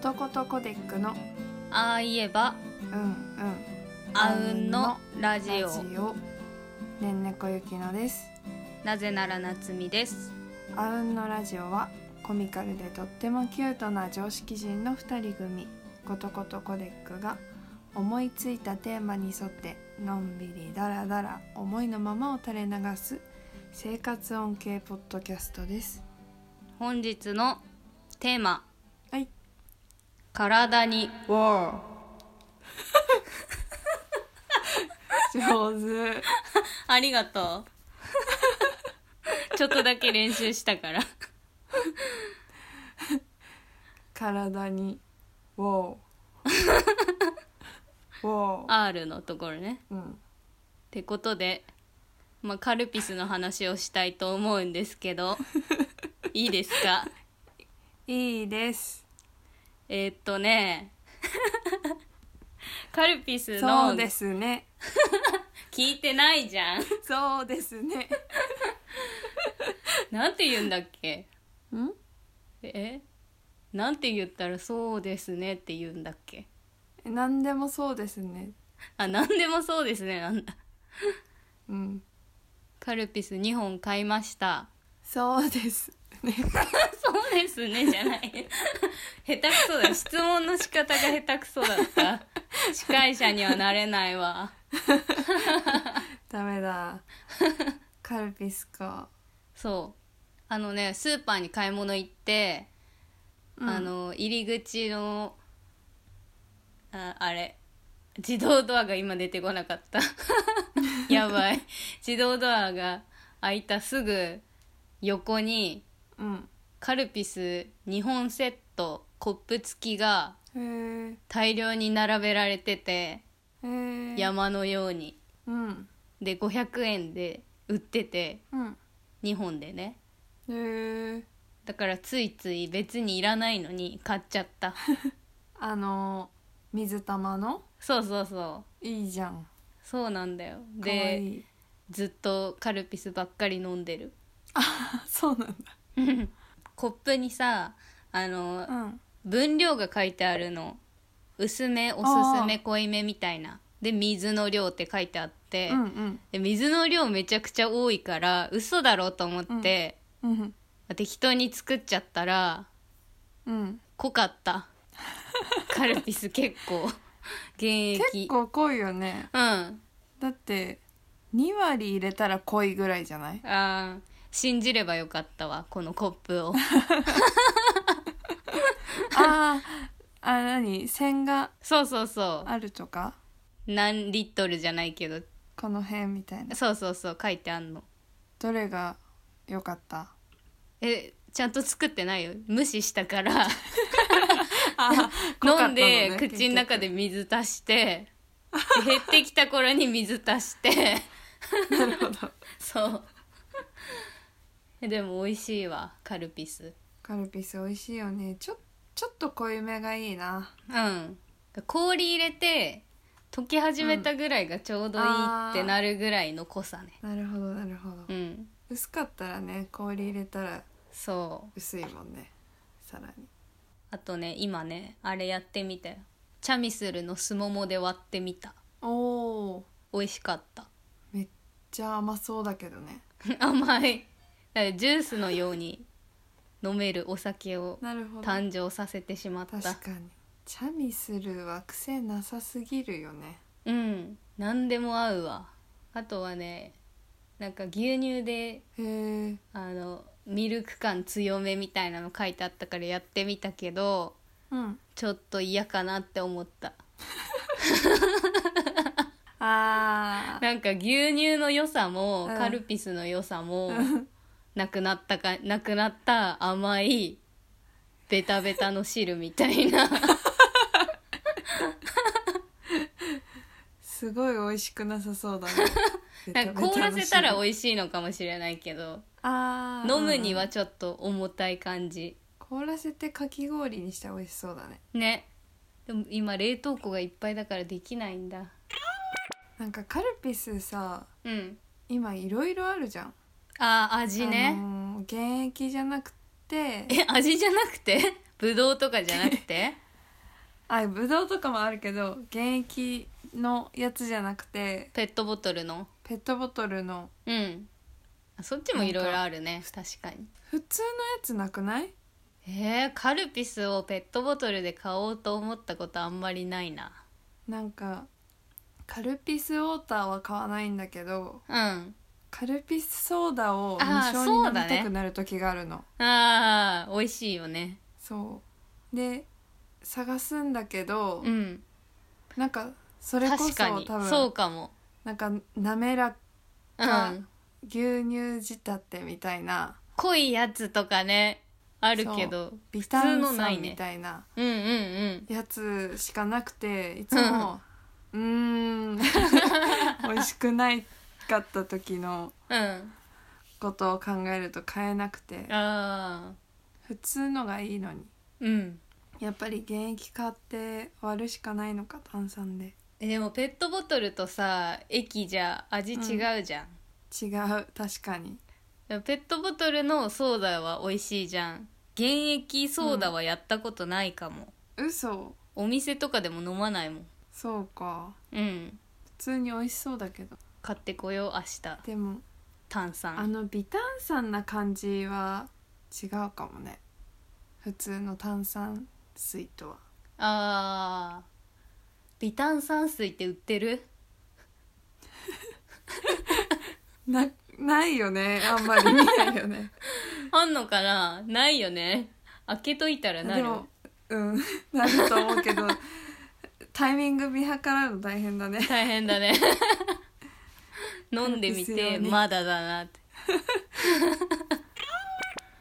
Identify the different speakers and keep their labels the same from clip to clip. Speaker 1: トコデックの
Speaker 2: ああ言えば
Speaker 1: うんうん
Speaker 2: あうんのラジオ
Speaker 1: ラジオねんねこゆきのです
Speaker 2: なぜなら夏美です
Speaker 1: あうんのラジオはコミカルでとってもキュートな常識人の2人組ことことコデックが思いついたテーマに沿ってのんびりだらだら思いのままを垂れ流す生活音系ポッドキャストです
Speaker 2: 本日のテーマ
Speaker 1: はい
Speaker 2: 体に
Speaker 1: わー 上手
Speaker 2: ありがとう ちょっとだけ練習したから
Speaker 1: 体に「わ ー」わー
Speaker 2: R のところね
Speaker 1: うん
Speaker 2: ってことでまあカルピスの話をしたいと思うんですけ どいいですか
Speaker 1: いいです
Speaker 2: えーっと ねカルピス
Speaker 1: そ
Speaker 2: の
Speaker 1: うですね
Speaker 2: 聞いてないじゃん
Speaker 1: そうですね
Speaker 2: なんて言うんだっけ
Speaker 1: ん
Speaker 2: えなんて言ったら「そうですね」って言うんだっけ
Speaker 1: え何でもそうですね
Speaker 2: あ何でもそうですねなんだ
Speaker 1: うん
Speaker 2: カルピス2本買いました
Speaker 1: そうですね
Speaker 2: そうですねじゃない下手くそだ質問の仕方が下手くそだ った司会者にはなれないわ
Speaker 1: ダメだカルピスか、
Speaker 2: そうあのねスーパーに買い物行って、
Speaker 1: うん
Speaker 2: あの入り口のああれ自動ドアが今出てこなかった やばい自動ドアが開いたすぐ横に
Speaker 1: うん
Speaker 2: カルピス2本セットコップ付きが
Speaker 1: へえ
Speaker 2: 大量に並べられてて
Speaker 1: へえ
Speaker 2: 山のように
Speaker 1: うん
Speaker 2: で500円で売ってて
Speaker 1: うん
Speaker 2: 2本でね
Speaker 1: へえ
Speaker 2: だからついつい別にいらないのに買っちゃった
Speaker 1: あの水玉の
Speaker 2: そうそうそう
Speaker 1: いいじゃん
Speaker 2: そうなんだよ
Speaker 1: かわ
Speaker 2: で
Speaker 1: いい
Speaker 2: ずっとカルピスばっかり飲んでる
Speaker 1: あそうなんだ
Speaker 2: コップにさあの
Speaker 1: うん
Speaker 2: 分量が書いてあるの薄めおすすめ濃いめみたいなで水の量って書いてあって、
Speaker 1: うんうん
Speaker 2: で水の量めちゃくちゃ多いから嘘だろうと思って、
Speaker 1: うん
Speaker 2: 適当に作っちゃったら
Speaker 1: うん
Speaker 2: 濃かった カルピス結構原
Speaker 1: 結
Speaker 2: 液
Speaker 1: 構濃いよね
Speaker 2: うんあ
Speaker 1: だって2割入れたら濃いぐらいじゃ ない
Speaker 2: ー信じればよかったわこのコップを
Speaker 1: あーあ何線が
Speaker 2: そうそうそ
Speaker 1: あるとか
Speaker 2: う何リットルじゃないけど
Speaker 1: この辺みたいな
Speaker 2: そうそうそう書いてあんの
Speaker 1: どれが良かった
Speaker 2: えちゃんと作ってないよ無視したから
Speaker 1: あ
Speaker 2: 飲んで、口の中で水足してで減ってきた頃に水足して
Speaker 1: なるほど
Speaker 2: そうえでも美味しいわカルピス
Speaker 1: カルピス美味しいよねちょちょっと濃いめがいいな
Speaker 2: うん氷入れて溶き始めたぐらいがちょうどいいってなるぐらいの濃さね
Speaker 1: なるほどなるほど、
Speaker 2: うん、
Speaker 1: 薄かったらね氷入れたら
Speaker 2: そう
Speaker 1: 薄いもんねさらに
Speaker 2: あとね今ねあれやってみたよチャミスルのすももで割ってみた
Speaker 1: おー
Speaker 2: 美味しかった
Speaker 1: めっちゃ甘そうだけどね
Speaker 2: 甘いだからジュースのように飲めるお酒を
Speaker 1: なるほど
Speaker 2: 誕生させてしまった
Speaker 1: 確かにチャミスルは癖なさすぎるよね
Speaker 2: うん何でも合うわあとはねなんか牛乳で
Speaker 1: へえ
Speaker 2: あのミルク感強めみたいなの書いてあったからやってみたけど
Speaker 1: うん
Speaker 2: ちょっと嫌かなって思った
Speaker 1: あー
Speaker 2: なんか牛乳の良さも、
Speaker 1: うん
Speaker 2: カルピスの良さもなくなったかなくなった甘いベタベタの汁みたい な
Speaker 1: すごい美味しくなさそう だね
Speaker 2: なんか凍らせたら
Speaker 1: い
Speaker 2: 美味しいのかもしれないけど
Speaker 1: あー
Speaker 2: 飲むに
Speaker 1: う
Speaker 2: は
Speaker 1: ん
Speaker 2: ちょっと重たい感じ
Speaker 1: 凍らせてかき氷にしたら美味しそうだね
Speaker 2: ねでも今冷凍庫がいっぱいだからできないんだ
Speaker 1: なんかカルピスさ
Speaker 2: うん
Speaker 1: 今いろいろあるじゃん
Speaker 2: あー味ね、
Speaker 1: あのー原液じゃなくて
Speaker 2: え味じゃなくてぶどうとかじゃなくて
Speaker 1: あぶどうとかもあるけど現役のやつじゃなくて
Speaker 2: ペットボトルの
Speaker 1: ペットボトルの
Speaker 2: うんあそっちもいろいろあるね確かに
Speaker 1: 普通のやつなくない
Speaker 2: えー、カルピスをペットボトルで買おうと思ったことあんまりないな
Speaker 1: なんかカルピスウォーターは買わないんだけど
Speaker 2: うん
Speaker 1: カルピスソーダを
Speaker 2: あー
Speaker 1: 無性に
Speaker 2: そ
Speaker 1: 飲
Speaker 2: う
Speaker 1: み
Speaker 2: だね
Speaker 1: たくなる時があるの
Speaker 2: あー美味しいよね
Speaker 1: そう,、で探すんだけど、
Speaker 2: うん
Speaker 1: なんかそれこそ
Speaker 2: 確か
Speaker 1: 多
Speaker 2: に
Speaker 1: 分
Speaker 2: そうかも
Speaker 1: なんか滑ら
Speaker 2: う
Speaker 1: か
Speaker 2: ん
Speaker 1: 牛乳仕立てみたいな
Speaker 2: 濃いやつとかねあるけど
Speaker 1: ビタミ
Speaker 2: 普通の
Speaker 1: ン
Speaker 2: な
Speaker 1: 酸
Speaker 2: いね
Speaker 1: みたいな
Speaker 2: うんうんうん
Speaker 1: やつしかなくていつもうーん 美味しくないかった時の
Speaker 2: うん
Speaker 1: ことを考えると買えなくて
Speaker 2: あ
Speaker 1: 普通のがいいのに
Speaker 2: ーうん
Speaker 1: やっぱり現役買って割るしかないのか炭酸で
Speaker 2: えでもペットボトルとさ液じゃ味違うじゃん、
Speaker 1: 違う確かに
Speaker 2: でもペットボトルのソーダは美味しいじゃん原液ソーダはやったことないかも、
Speaker 1: 嘘
Speaker 2: お店とかでも飲まないもん
Speaker 1: そうか
Speaker 2: うん
Speaker 1: 普通に美味しそうだけど
Speaker 2: 買ってこよう明日
Speaker 1: でも
Speaker 2: 炭
Speaker 1: あ
Speaker 2: 酸
Speaker 1: の微炭酸な感じは違うかもね普通の炭酸水とは
Speaker 2: あー微炭酸水って売ってる
Speaker 1: なないよねあんまり見ないよね
Speaker 2: あんのかなないよね開けといたら な
Speaker 1: で
Speaker 2: る
Speaker 1: もうん なると思うけどタイミング見計らうの大変だね
Speaker 2: 大 変だね飲んでみ
Speaker 1: カルピス
Speaker 2: て
Speaker 1: 用ね
Speaker 2: まだだなって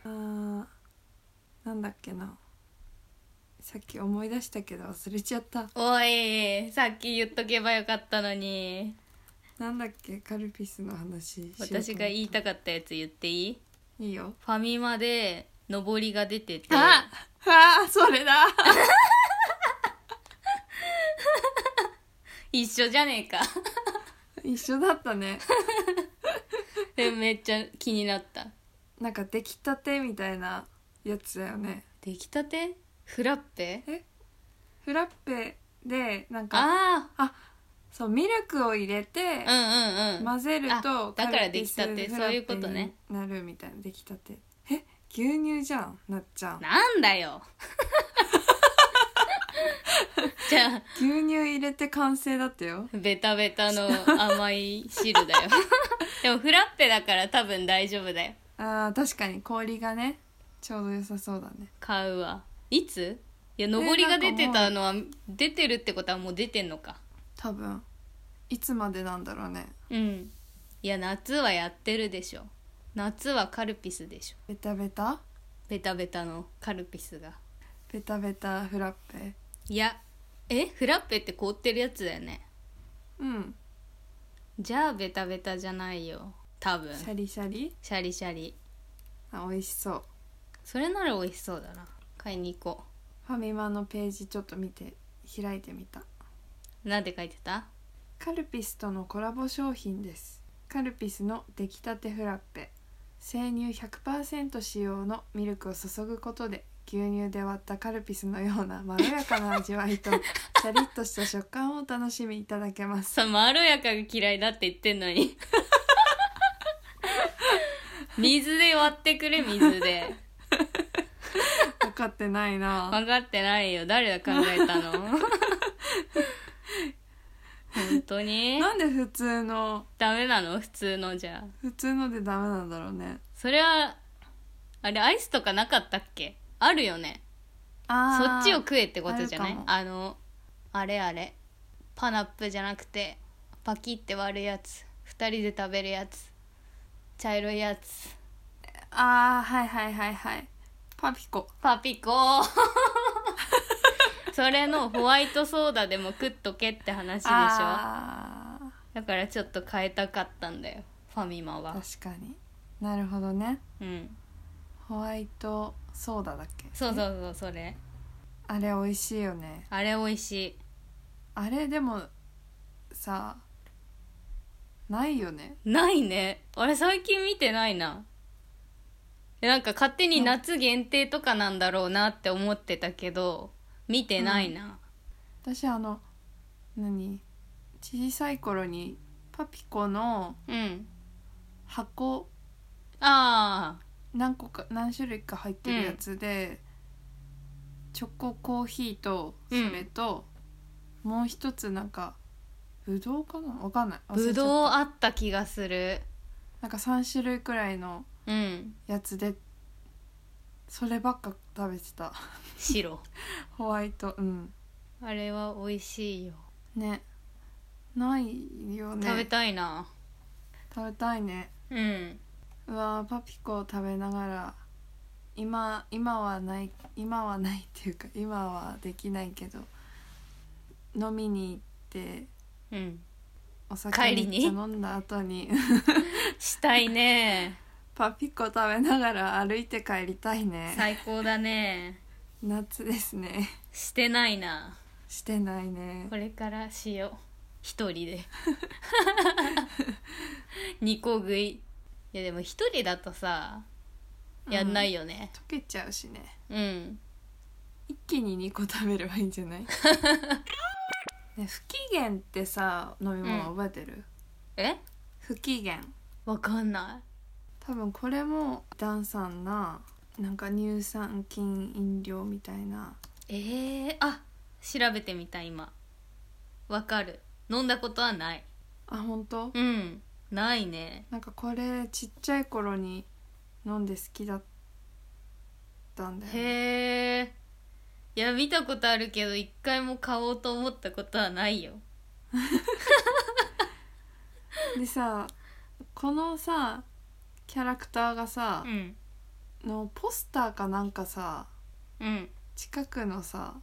Speaker 1: あーなんだっけなさっき思い出したけど忘れちゃった
Speaker 2: おいさっき言っとけばよかったのに
Speaker 1: なんだっけカルピスの話
Speaker 2: 私が言い
Speaker 1: い
Speaker 2: たかったやつ言っていい
Speaker 1: いいよ
Speaker 2: ファミマで上りが出てて
Speaker 1: あ ああそれだ
Speaker 2: 一緒じゃねえか
Speaker 1: 一緒だったね
Speaker 2: でめっちゃ気になった
Speaker 1: なんか出来たてみたいなやつだよね
Speaker 2: 出来たてフラッペ
Speaker 1: フラッペでなんか
Speaker 2: あ
Speaker 1: そうミルクを入れて
Speaker 2: あうんうんうん
Speaker 1: 混ぜると
Speaker 2: あだから
Speaker 1: カルピス
Speaker 2: 出来たて
Speaker 1: フラッペ
Speaker 2: そういうことね
Speaker 1: になるみたいな出来たてえ牛乳じゃんなっちゃん
Speaker 2: なんだよ じゃあ
Speaker 1: 牛乳入れて完成だったよ
Speaker 2: ベタベタの甘い汁だよ でもフラッペだから多分大丈夫だよ
Speaker 1: あー確かに氷がねちょうど良さそうだね
Speaker 2: 買うわいついや上りが出てたのは出てるってことはもう出てんのか
Speaker 1: 多分いつまでなんだろうね
Speaker 2: うんいや夏はやってるでしょ夏はカルピスでしょ
Speaker 1: ベタベタ
Speaker 2: ベタベタのカルピスが
Speaker 1: ベタベタフラッペ
Speaker 2: いやえフラッペって凍ってるやつだよね
Speaker 1: うん
Speaker 2: じゃあベタベタじゃないよ多分
Speaker 1: シャリシャリ
Speaker 2: シャリシャリ
Speaker 1: あ美味しそう
Speaker 2: それなら美味しそうだな買いに行こ
Speaker 1: ファミマのページちょっと見て開いてみた
Speaker 2: うなんて書いてた
Speaker 1: カルピスとのコラボ商品ですカルピスの出来たてフラッペ生乳100%使用のミルクを注ぐことで牛乳で割ったカルピスのようなまろやかな味わいとシャリッとした食感を楽しみいただけます
Speaker 2: さまろやかが嫌いだって言ってんのに水で割ってくれ水で
Speaker 1: 分かってないな
Speaker 2: 分かってないよ誰が考えたの本当に
Speaker 1: なんで普通の
Speaker 2: ダメなの普通のじゃあ
Speaker 1: 普通のでダメなんだろうね
Speaker 2: それはあれアイスとかなかったっけあるよねそ
Speaker 1: あ
Speaker 2: っちを食えってことじゃな
Speaker 1: あ
Speaker 2: い
Speaker 1: るかも
Speaker 2: あのあれあれパナップじゃなくてパキって割るやつ2人で食べるやつ茶色いやつ
Speaker 1: あーはいはいはいはいパピコ
Speaker 2: パピコ それのホワイトソーダでも食っとけって話でしょ
Speaker 1: あー
Speaker 2: だからちょっと変えたかったんだよファミマは
Speaker 1: 確かになるほどね
Speaker 2: うん
Speaker 1: ホワイトソーダだっけ
Speaker 2: そうそうそうそれ
Speaker 1: あれ美味しいよね
Speaker 2: あれ美味しい
Speaker 1: あれでもさないよね
Speaker 2: ないねあれ最近見てないなえなんか勝手に夏限定とかなんだろうなって思ってたけど見てないな、
Speaker 1: 私あの何小さい頃にパピコの
Speaker 2: うん
Speaker 1: 箱
Speaker 2: あ
Speaker 1: 何個か何種類か入ってるやつで、チョココーヒーとそれと、もう一つなんかぶどうかなわかんない
Speaker 2: あ
Speaker 1: 忘れちゃ
Speaker 2: ぶ
Speaker 1: った
Speaker 2: どうあった気がする
Speaker 1: なんか3種類くらいの
Speaker 2: うん
Speaker 1: やつでそればっか食べて た
Speaker 2: 白
Speaker 1: ホワイトうん
Speaker 2: あれは美味しいよ、
Speaker 1: ねないよね
Speaker 2: 食べたいな
Speaker 1: 食べたいね
Speaker 2: うん
Speaker 1: うわーパピコを食べながら今今はない今はないっていうか今はできないけど飲みに行って
Speaker 2: うん
Speaker 1: お酒
Speaker 2: 帰り
Speaker 1: めっ
Speaker 2: に
Speaker 1: ちゃ飲んだ後に
Speaker 2: したいね
Speaker 1: パピコ食べながら歩いて帰りたいね
Speaker 2: 最高だね
Speaker 1: 夏ですね
Speaker 2: してないな
Speaker 1: してないね
Speaker 2: これからしよう一人で二個食いいやでも一人だとさやんないよね
Speaker 1: 溶けちゃうしね
Speaker 2: うん、
Speaker 1: 一気に2個食べればいいんじゃ ないね不機嫌ってさ飲み物覚えてる、
Speaker 2: え
Speaker 1: 不機嫌
Speaker 2: わかんな
Speaker 1: 多分これもダンさんななんか乳酸菌飲料みたいない
Speaker 2: えー、あ調べてみた今わかる飲んだことはない
Speaker 1: あ本当
Speaker 2: うんないね
Speaker 1: なんかこれちっちゃい頃に飲んで好きだったんだよね
Speaker 2: へえいや見たことあるけど一回も買おうと思ったことはないよ
Speaker 1: でさこのさキャラクターがさ
Speaker 2: う、ん
Speaker 1: のポスターかなんかさ
Speaker 2: うん
Speaker 1: 近くのさ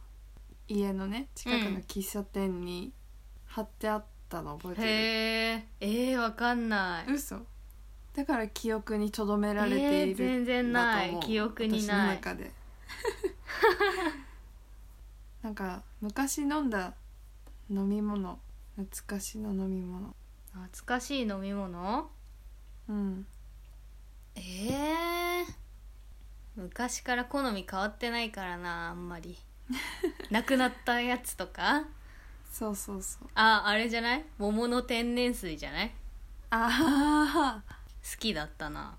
Speaker 1: 家のね近くの喫茶店に貼ってあったの覚え
Speaker 2: へーえー、わかんない
Speaker 1: てる嘘だから記憶にとどめられている
Speaker 2: えー全然な
Speaker 1: だと
Speaker 2: い
Speaker 1: 思う
Speaker 2: 記憶にない
Speaker 1: 私の中 でなんか昔飲んだ飲み物懐かしの飲み物
Speaker 2: 懐かしい飲み物
Speaker 1: うん
Speaker 2: えー、昔から好み変わってないからなあんま りなくなったやつとか
Speaker 1: そうそうそう
Speaker 2: ああれじゃない桃の天然水じゃない
Speaker 1: ああ
Speaker 2: 好きだったな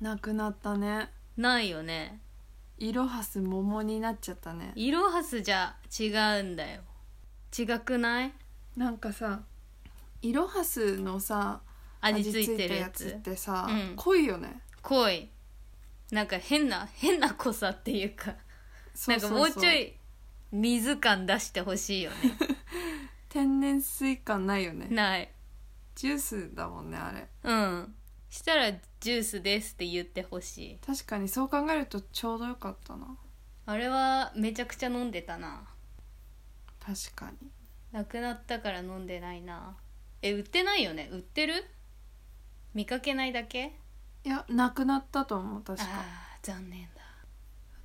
Speaker 1: なくなったね
Speaker 2: ないよね
Speaker 1: イロハス桃になっちゃったね
Speaker 2: イロハスじゃ違うんだよ違くない
Speaker 1: なんかさイロハスのさ
Speaker 2: 味付いてるや
Speaker 1: 味
Speaker 2: つ
Speaker 1: 付いてるやつってさ、
Speaker 2: うん
Speaker 1: 濃いよね
Speaker 2: 濃いなんか変な変な濃さっていうか
Speaker 1: そそそ
Speaker 2: なんかもうちょい水感出してほしいよ ね
Speaker 1: 天然水感ないよね
Speaker 2: ない
Speaker 1: ジュースだもんねあれ
Speaker 2: うんしたらジュースですって言ってほしい
Speaker 1: 確かにそう考えるとちょうどよかったな
Speaker 2: あれはめちゃくちゃ飲んでたな
Speaker 1: 確かに
Speaker 2: なくなったから飲んでないなえ売ってないよね売ってる見かけないだけ
Speaker 1: いやなくなったと思う確か
Speaker 2: あ
Speaker 1: あ
Speaker 2: ー残念だ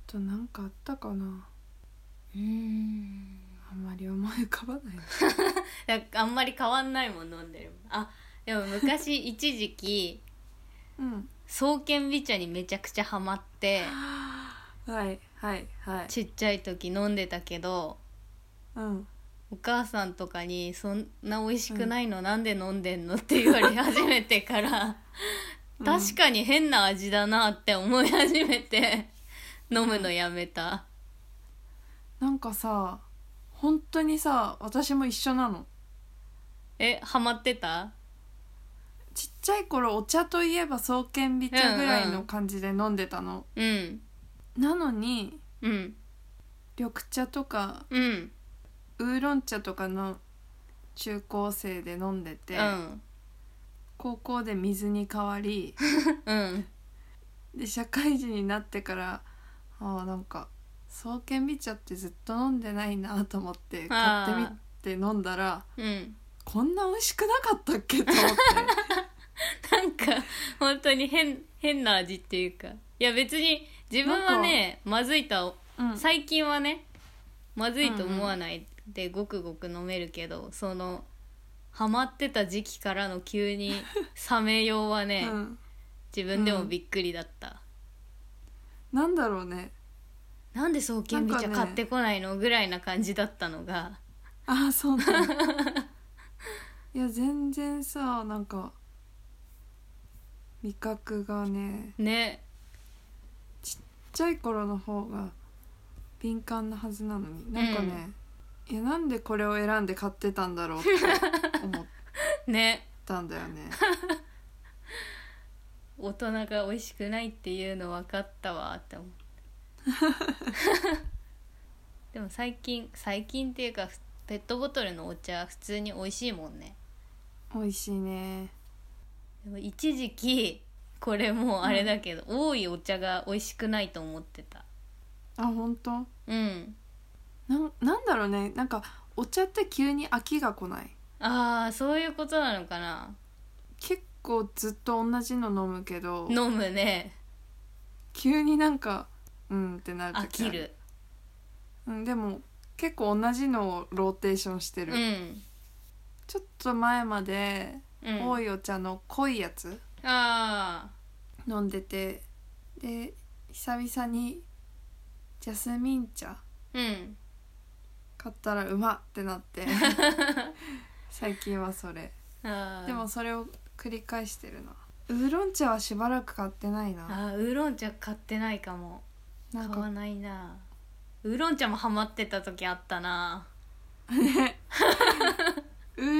Speaker 1: となんかあったかな
Speaker 2: うーん
Speaker 1: あんまり思い浮かばない
Speaker 2: だあんまり変わんないもん飲んでるもんあでも昔一時 期
Speaker 1: うん
Speaker 2: 双剣美茶にめちゃくちゃハマって
Speaker 1: はいはいはい
Speaker 2: ちっちゃい時飲んでたけど
Speaker 1: うん
Speaker 2: お母さんとかに「そんな美味しくないの、なんで飲んでんの?」って言われ始めてから、確かに変な味だなって思い始めて飲むのやめた、
Speaker 1: なんかさ本当にさ私も一緒なの
Speaker 2: えハマってた
Speaker 1: ちっちゃい頃お茶といえば双剣美茶ぐらいの感じで飲んでたの、
Speaker 2: うん
Speaker 1: なのに
Speaker 2: うん
Speaker 1: 緑茶とか
Speaker 2: うん
Speaker 1: ウーロン茶とかの中高生で飲んでて、
Speaker 2: うん
Speaker 1: 高校で水に変わり
Speaker 2: うん
Speaker 1: で社会人になってからああなんか双剣美茶ってずっと飲んでないなと思って買
Speaker 2: あ
Speaker 1: っ
Speaker 2: ー
Speaker 1: てみて飲んだら
Speaker 2: うん
Speaker 1: こんな美味しくなかったっけと思って
Speaker 2: なんか本当に変変な味っていうかいや別に自分はねまずいとは
Speaker 1: うん
Speaker 2: 最近はねまずいと思わないでごくごく飲めるけど、そのハマってた時期からの急 に冷めようはね、
Speaker 1: うん
Speaker 2: 自分でもびっくりだった、
Speaker 1: なんだろうね
Speaker 2: なんでそうけんびち
Speaker 1: な
Speaker 2: ゃ
Speaker 1: んかね
Speaker 2: 買ってこないのぐらいな感じだったのが
Speaker 1: ああそうなんだいや全然さなんか味覚がね
Speaker 2: ね
Speaker 1: ちっちゃい頃の方が敏感なはずなのになんかね、いやなんでこれを選んで買ってたんだろうって思っ
Speaker 2: ね
Speaker 1: たんだよね
Speaker 2: 大人が美味しくないっていうの分かったわっ て 思ったでも最近最近っていうかふペットボトルのお茶普通に美味しいもんね
Speaker 1: 美味しいね
Speaker 2: でも一時期これもうあれだけど、多いお茶が美味しくないと思ってた
Speaker 1: あ本当
Speaker 2: うん
Speaker 1: なんなんだろうねなんかお茶って急に飽きが来ない
Speaker 2: ああそういうことなのかな
Speaker 1: 結構ずっと同じの飲むけど
Speaker 2: 飲むね
Speaker 1: 急になんかうんってなる
Speaker 2: 飽
Speaker 1: 時
Speaker 2: き
Speaker 1: あ
Speaker 2: る
Speaker 1: うん、でも結構同じのをローテーションして
Speaker 2: う
Speaker 1: る、
Speaker 2: ん、
Speaker 1: ちょっと前まで
Speaker 2: うん、
Speaker 1: 多いお茶の濃いやつ
Speaker 2: あ
Speaker 1: 飲んでてで久々にジャスミン茶
Speaker 2: あうん
Speaker 1: 買ったらうまっってなって 最近はそれ
Speaker 2: あー
Speaker 1: でもそれを繰り返してるなウーロン茶はしばらく買ってないな
Speaker 2: あーウーロン茶買ってないかも
Speaker 1: なん
Speaker 2: 買わ
Speaker 1: か
Speaker 2: ないなウーロン茶もハマってた時あったな
Speaker 1: ウー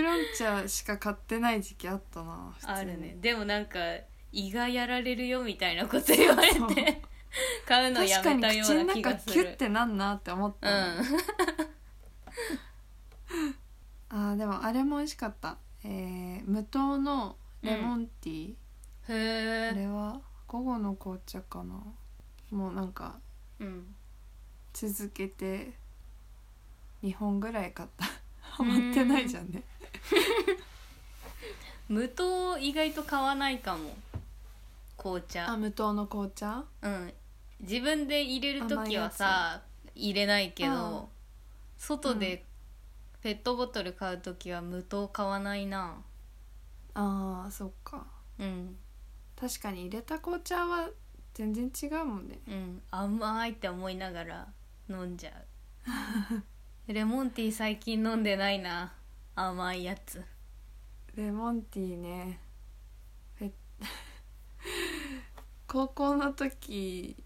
Speaker 1: ロン茶しか買ってない時期あったな普通に
Speaker 2: あるねでもなんか胃がやられるよみたいなこと言われ
Speaker 1: そう
Speaker 2: て 買うのや
Speaker 1: 確か
Speaker 2: め
Speaker 1: に
Speaker 2: たよ
Speaker 1: 口
Speaker 2: う
Speaker 1: の
Speaker 2: な気
Speaker 1: 中
Speaker 2: がす
Speaker 1: キュ
Speaker 2: る
Speaker 1: ッてなんなって思っ
Speaker 2: う
Speaker 1: た
Speaker 2: ん
Speaker 1: の、あーでもあれも美味しかった、えー無糖のレモンティー、
Speaker 2: へ
Speaker 1: あ
Speaker 2: え
Speaker 1: れは午後の紅茶かなもうなんか
Speaker 2: うん
Speaker 1: 続けて2本ぐらい買ったハマってないじゃんね
Speaker 2: 無糖意外と買わないかも紅
Speaker 1: あ
Speaker 2: 茶
Speaker 1: 無糖の紅茶
Speaker 2: うん自分で入れる時はさ入れないけ
Speaker 1: あ
Speaker 2: ど外でペットボトル買う時は無糖買わないな
Speaker 1: あーそっか
Speaker 2: うん
Speaker 1: 確かに入れた紅茶は全然違うもんね
Speaker 2: うん甘いって思いながら飲んじゃ うレモンティー最近飲んでないな甘いやつ
Speaker 1: レモンティーねえ 高校の時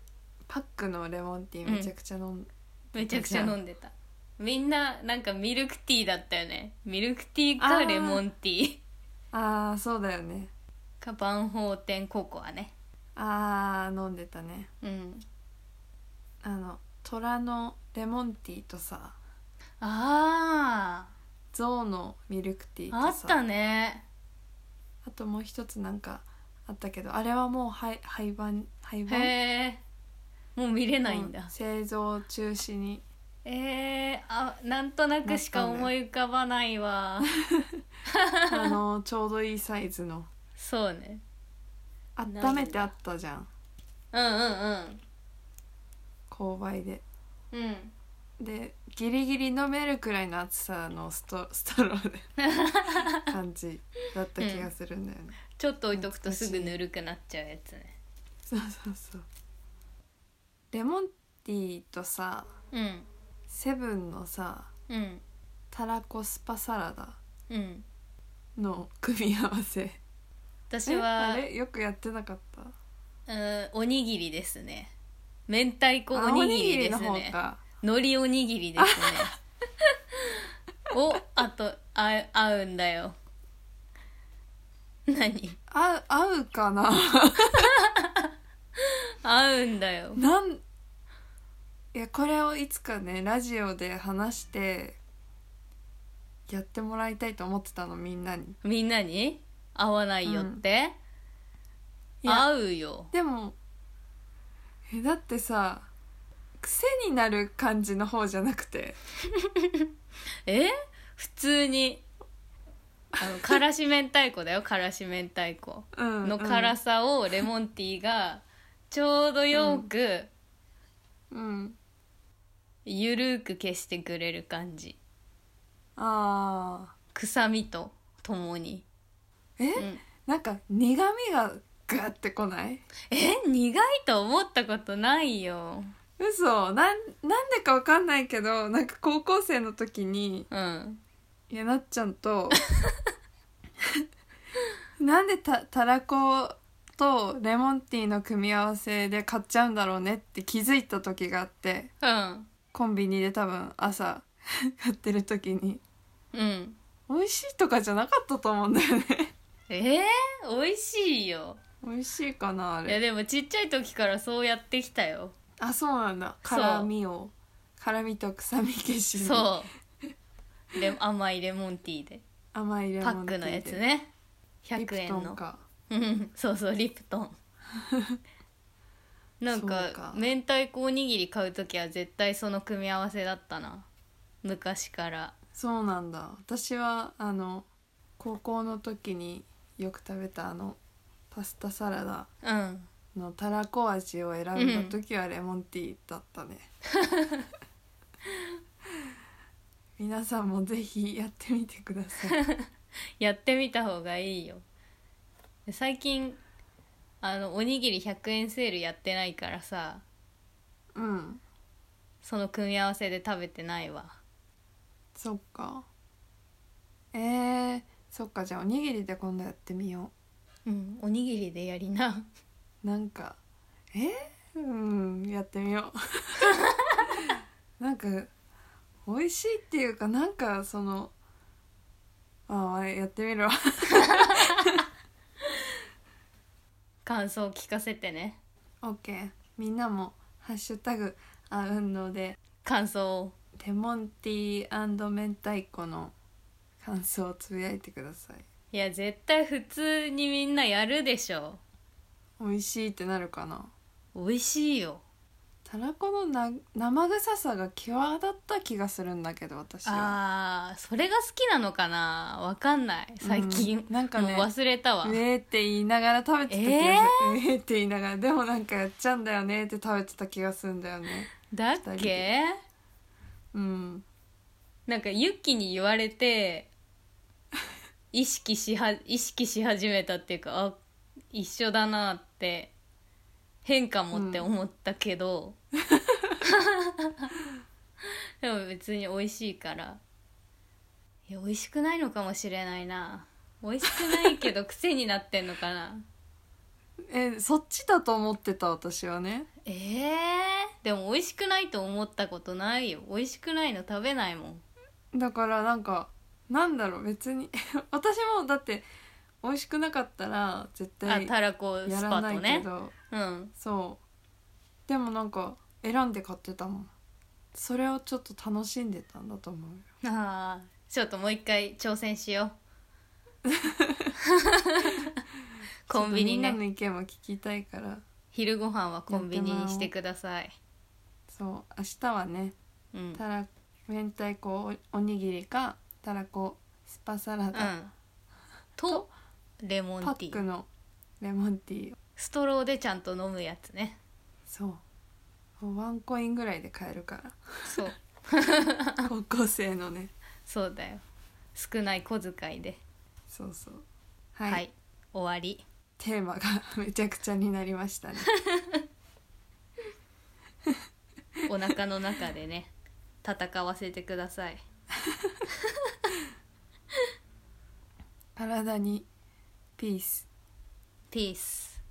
Speaker 1: パックのレモンティーめちゃくちゃ飲ん、
Speaker 2: めちゃくちゃ飲んでたみんななんかミルクティーだったよねミルクティーか
Speaker 1: あー
Speaker 2: レモンティー
Speaker 1: ああそうだよね
Speaker 2: か万宝店ココアね
Speaker 1: あー飲んでたね
Speaker 2: うん
Speaker 1: あの虎のレモンティーとさ
Speaker 2: あ
Speaker 1: 象のミルクティーと
Speaker 2: ああっ
Speaker 1: さ
Speaker 2: たね
Speaker 1: あともう一つなんかあったけどあれはもう廃廃盤廃
Speaker 2: へ
Speaker 1: 盤
Speaker 2: えもう見れないん
Speaker 1: もう
Speaker 2: だ
Speaker 1: 製造中止に
Speaker 2: えー、あなんとなくしか思い浮かばないわ
Speaker 1: あのちょうどいいサイズの
Speaker 2: そうねだ
Speaker 1: 温めてあったじゃん
Speaker 2: うんうん
Speaker 1: 購買で
Speaker 2: うんうん
Speaker 1: でギリギリ飲めるくらいの厚さのスト ストローで 感じだった気がするんだよね、
Speaker 2: ちょっと置いとくとすぐぬるくなっちゃうやつね
Speaker 1: そうそうそうレモンティーとさ
Speaker 2: うん
Speaker 1: セブンのさ
Speaker 2: うん
Speaker 1: たらこスパサラダ
Speaker 2: うん
Speaker 1: の組み合わせ
Speaker 2: 私
Speaker 1: え
Speaker 2: は
Speaker 1: あれよくやってなかった
Speaker 2: うんおにぎりですね明太子
Speaker 1: あ
Speaker 2: おにぎりです
Speaker 1: おにぎりの方
Speaker 2: ね
Speaker 1: か
Speaker 2: 海苔おにぎり ですねおあとあう合うんだよ何
Speaker 1: 合う合うかな
Speaker 2: 合うんだよ
Speaker 1: なんいやこれをいつかねラジオで話してやってもらいたいと思ってたのみんなに
Speaker 2: みんなに合わないよって、
Speaker 1: いや
Speaker 2: 合うよ
Speaker 1: でもえだってさ癖になる感じの方じゃなくて
Speaker 2: え普通にあのからし明太子だよからし明太子
Speaker 1: うん
Speaker 2: の辛さをレモンティーがちょうどよく
Speaker 1: うん、うん、
Speaker 2: ゆるーく消してくれる感じ
Speaker 1: あ
Speaker 2: 臭みとともに、
Speaker 1: ーえ、
Speaker 2: うん、
Speaker 1: なんか苦味がガってこない
Speaker 2: え苦いと思ったことないよ
Speaker 1: 嘘なんなんでかわかんないけどなんか高校生の時に
Speaker 2: うん
Speaker 1: いやなっちゃんと なんでたたらことレモンティーの組み合わせで買っちゃうんだろうねって気づいた時があって
Speaker 2: うん
Speaker 1: コンビニで多分朝 買ってる時に
Speaker 2: うん
Speaker 1: 美味しいとかじゃなかったと思うんだよね
Speaker 2: ええー、美味しいよ
Speaker 1: 美味しいかなあ
Speaker 2: いや
Speaker 1: れ
Speaker 2: でもちっちゃい時からそうやってきたよ
Speaker 1: あそうなんだ
Speaker 2: そう
Speaker 1: 辛みを辛みと臭み消しに
Speaker 2: そうレ甘いレモンティーで
Speaker 1: 甘いレ
Speaker 2: パ
Speaker 1: モ
Speaker 2: ッ
Speaker 1: ンティ
Speaker 2: ク
Speaker 1: ーで
Speaker 2: のやつね
Speaker 1: リ
Speaker 2: 100
Speaker 1: プ
Speaker 2: 円
Speaker 1: ト
Speaker 2: の
Speaker 1: ンか
Speaker 2: うんそうそうリプ トンなんか
Speaker 1: そうか
Speaker 2: 明太子おにぎり買う時は絶対その組み合わせだったな昔から
Speaker 1: そうなんだ私はあの高校の時によく食べたあのパスタサラダ
Speaker 2: うん
Speaker 1: のたらこ味を選んだ時はレモンティーだったね、皆さんもぜひやってみてください
Speaker 2: やってみた方がいいよ最近あのおにぎり100円セールやってないからさ
Speaker 1: うん
Speaker 2: その組み合わせで食べてないわ
Speaker 1: そっかえー、そっかじゃあおにぎりで今度やってみよ
Speaker 2: うんおにぎりでやりな
Speaker 1: うなんかえー、うんやってみようなんか美味しいっていうかなんかそのああやってみるわ
Speaker 2: 感想を聞かせてね
Speaker 1: OK みんなも「ハッシュタグあうんの」で
Speaker 2: 感想を
Speaker 1: レモンティー明太子の感想をつぶやいてください
Speaker 2: いや絶対普通にみんなやるでしょ
Speaker 1: 美味しいってなるかな
Speaker 2: 美味しいよ
Speaker 1: たらこのな生臭さが際立った気がするんだけど私は
Speaker 2: あーそれが好きなのかなわかんない最近、
Speaker 1: うんなんかね
Speaker 2: もう忘れたわ
Speaker 1: うえーって言いながら食べてた気がする、うえーって言いながらでもなんかやっちゃうんだよねって食べてた気がするんだよね
Speaker 2: だっ
Speaker 1: 二人
Speaker 2: け
Speaker 1: でうん
Speaker 2: なんかユッキに言われて意識しは意識し始めたっていうかあ一緒だなって変かもって思ったけど、でも別に美味しいからいや美味しくないのかもしれないな美味しくないけど癖になってんのかな
Speaker 1: えそっちだと思ってた私はね
Speaker 2: えー、でも美味しくないと思ったことないよ美味しくないの食べないもん
Speaker 1: だからなんかなんだろう別に 私もだって美味しくなかったら絶
Speaker 2: あ
Speaker 1: 対
Speaker 2: たらこス
Speaker 1: や
Speaker 2: パ
Speaker 1: らな
Speaker 2: と
Speaker 1: いけ
Speaker 2: ね
Speaker 1: ど、
Speaker 2: うん
Speaker 1: そうでもなんか選んで買ってたもんそれをちょっと楽しんでたんだと思うよ
Speaker 2: ああちょっともう一回挑戦しよう コンビニ
Speaker 1: ちょっとみんな
Speaker 2: ね
Speaker 1: の意見も聞きたいから
Speaker 2: 昼ご飯はコンビニにしてください
Speaker 1: そう明日はね
Speaker 2: うん、うん、
Speaker 1: たら明太子おおにぎりかたらこスパサラダ、
Speaker 2: とレモン
Speaker 1: パ
Speaker 2: ティ
Speaker 1: ック
Speaker 2: ー
Speaker 1: のレモンティー
Speaker 2: ストローでちゃんと飲むやつね
Speaker 1: そうワンコインぐらいで買える か
Speaker 2: そう
Speaker 1: ら高校生のね
Speaker 2: そうだよ少ない小遣いで
Speaker 1: そうそう
Speaker 2: は
Speaker 1: はい
Speaker 2: い、終わり
Speaker 1: テーマがめちゃくちゃになりま したね
Speaker 2: お腹の中でね戦わせてください
Speaker 1: 体にピース
Speaker 2: ピース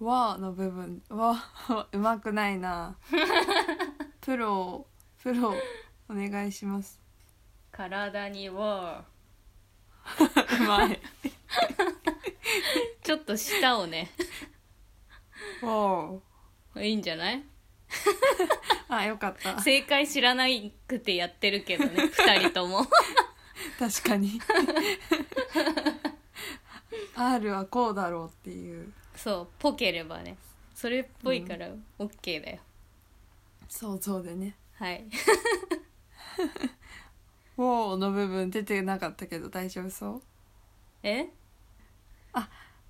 Speaker 1: わーの部分わーうまくない なプロをプロをお願いします
Speaker 2: 体には
Speaker 1: うまい
Speaker 2: ちょっと舌をね
Speaker 1: わー
Speaker 2: いいんじゃない
Speaker 1: あよかった
Speaker 2: 正解知らないくてやってるけ どね二人とも
Speaker 1: 確かに R はこうだろうっていう
Speaker 2: そうぽければねそれっぽいからオッケーだよ、
Speaker 1: 想像でね
Speaker 2: はい
Speaker 1: 「おー」の部分出てなかったけど大丈夫そう
Speaker 2: え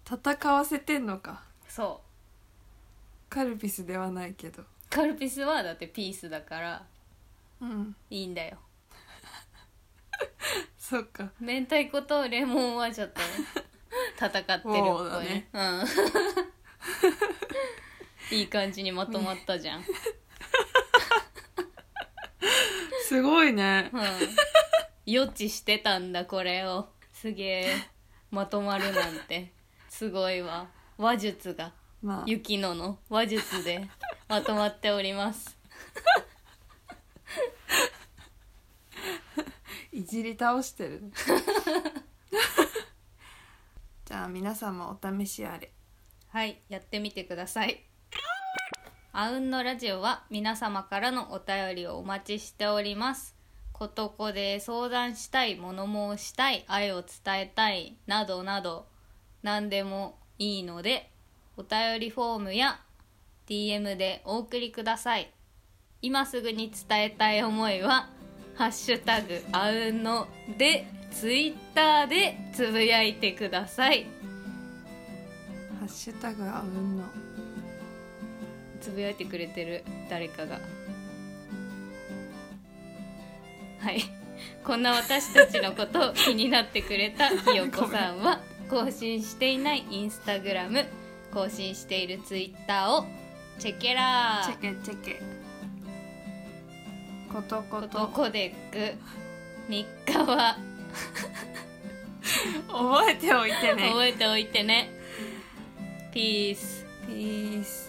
Speaker 1: 戦わせてんのか
Speaker 2: そう
Speaker 1: カルピスではないけど
Speaker 2: カルピスはだってピースだから
Speaker 1: うん
Speaker 2: いいんだよ
Speaker 1: そっか
Speaker 2: 明太子とレモンはちょ っと戦ってるっぽい
Speaker 1: そうだ
Speaker 2: ね
Speaker 1: ね
Speaker 2: うんいい感じにまとまったじゃん
Speaker 1: すごいね
Speaker 2: うん、予知してたんだこれをすげえまとまるなんてすごいわ話術が
Speaker 1: まあ
Speaker 2: 雪乃の話術でまとまっております
Speaker 1: いじり倒してる じゃあ皆さんもお試しあれ
Speaker 2: はいやってみてくださいあうんのラジオは皆様からのお便りをお待ちしておりますことこで相談したい物申したい愛を伝えたいなどなど何でもいいのでお便りフォームや DM でお送りください今すぐに伝えたい思いは「ハッシュタグあうんの」でツイッターでつぶやいてください
Speaker 1: ハッシュタグあうんの
Speaker 2: つぶやいてくれてる誰かがはいこんな私たちのことを気になってくれ たひよこさんは更新していないインスタグラム更新しているツイッターをチェケラ
Speaker 1: チェ
Speaker 2: ー
Speaker 1: ケチェケことこ
Speaker 2: こと
Speaker 1: と
Speaker 2: コデック3日は
Speaker 1: 覚えておいてね
Speaker 2: 覚えておいてねピース
Speaker 1: ピース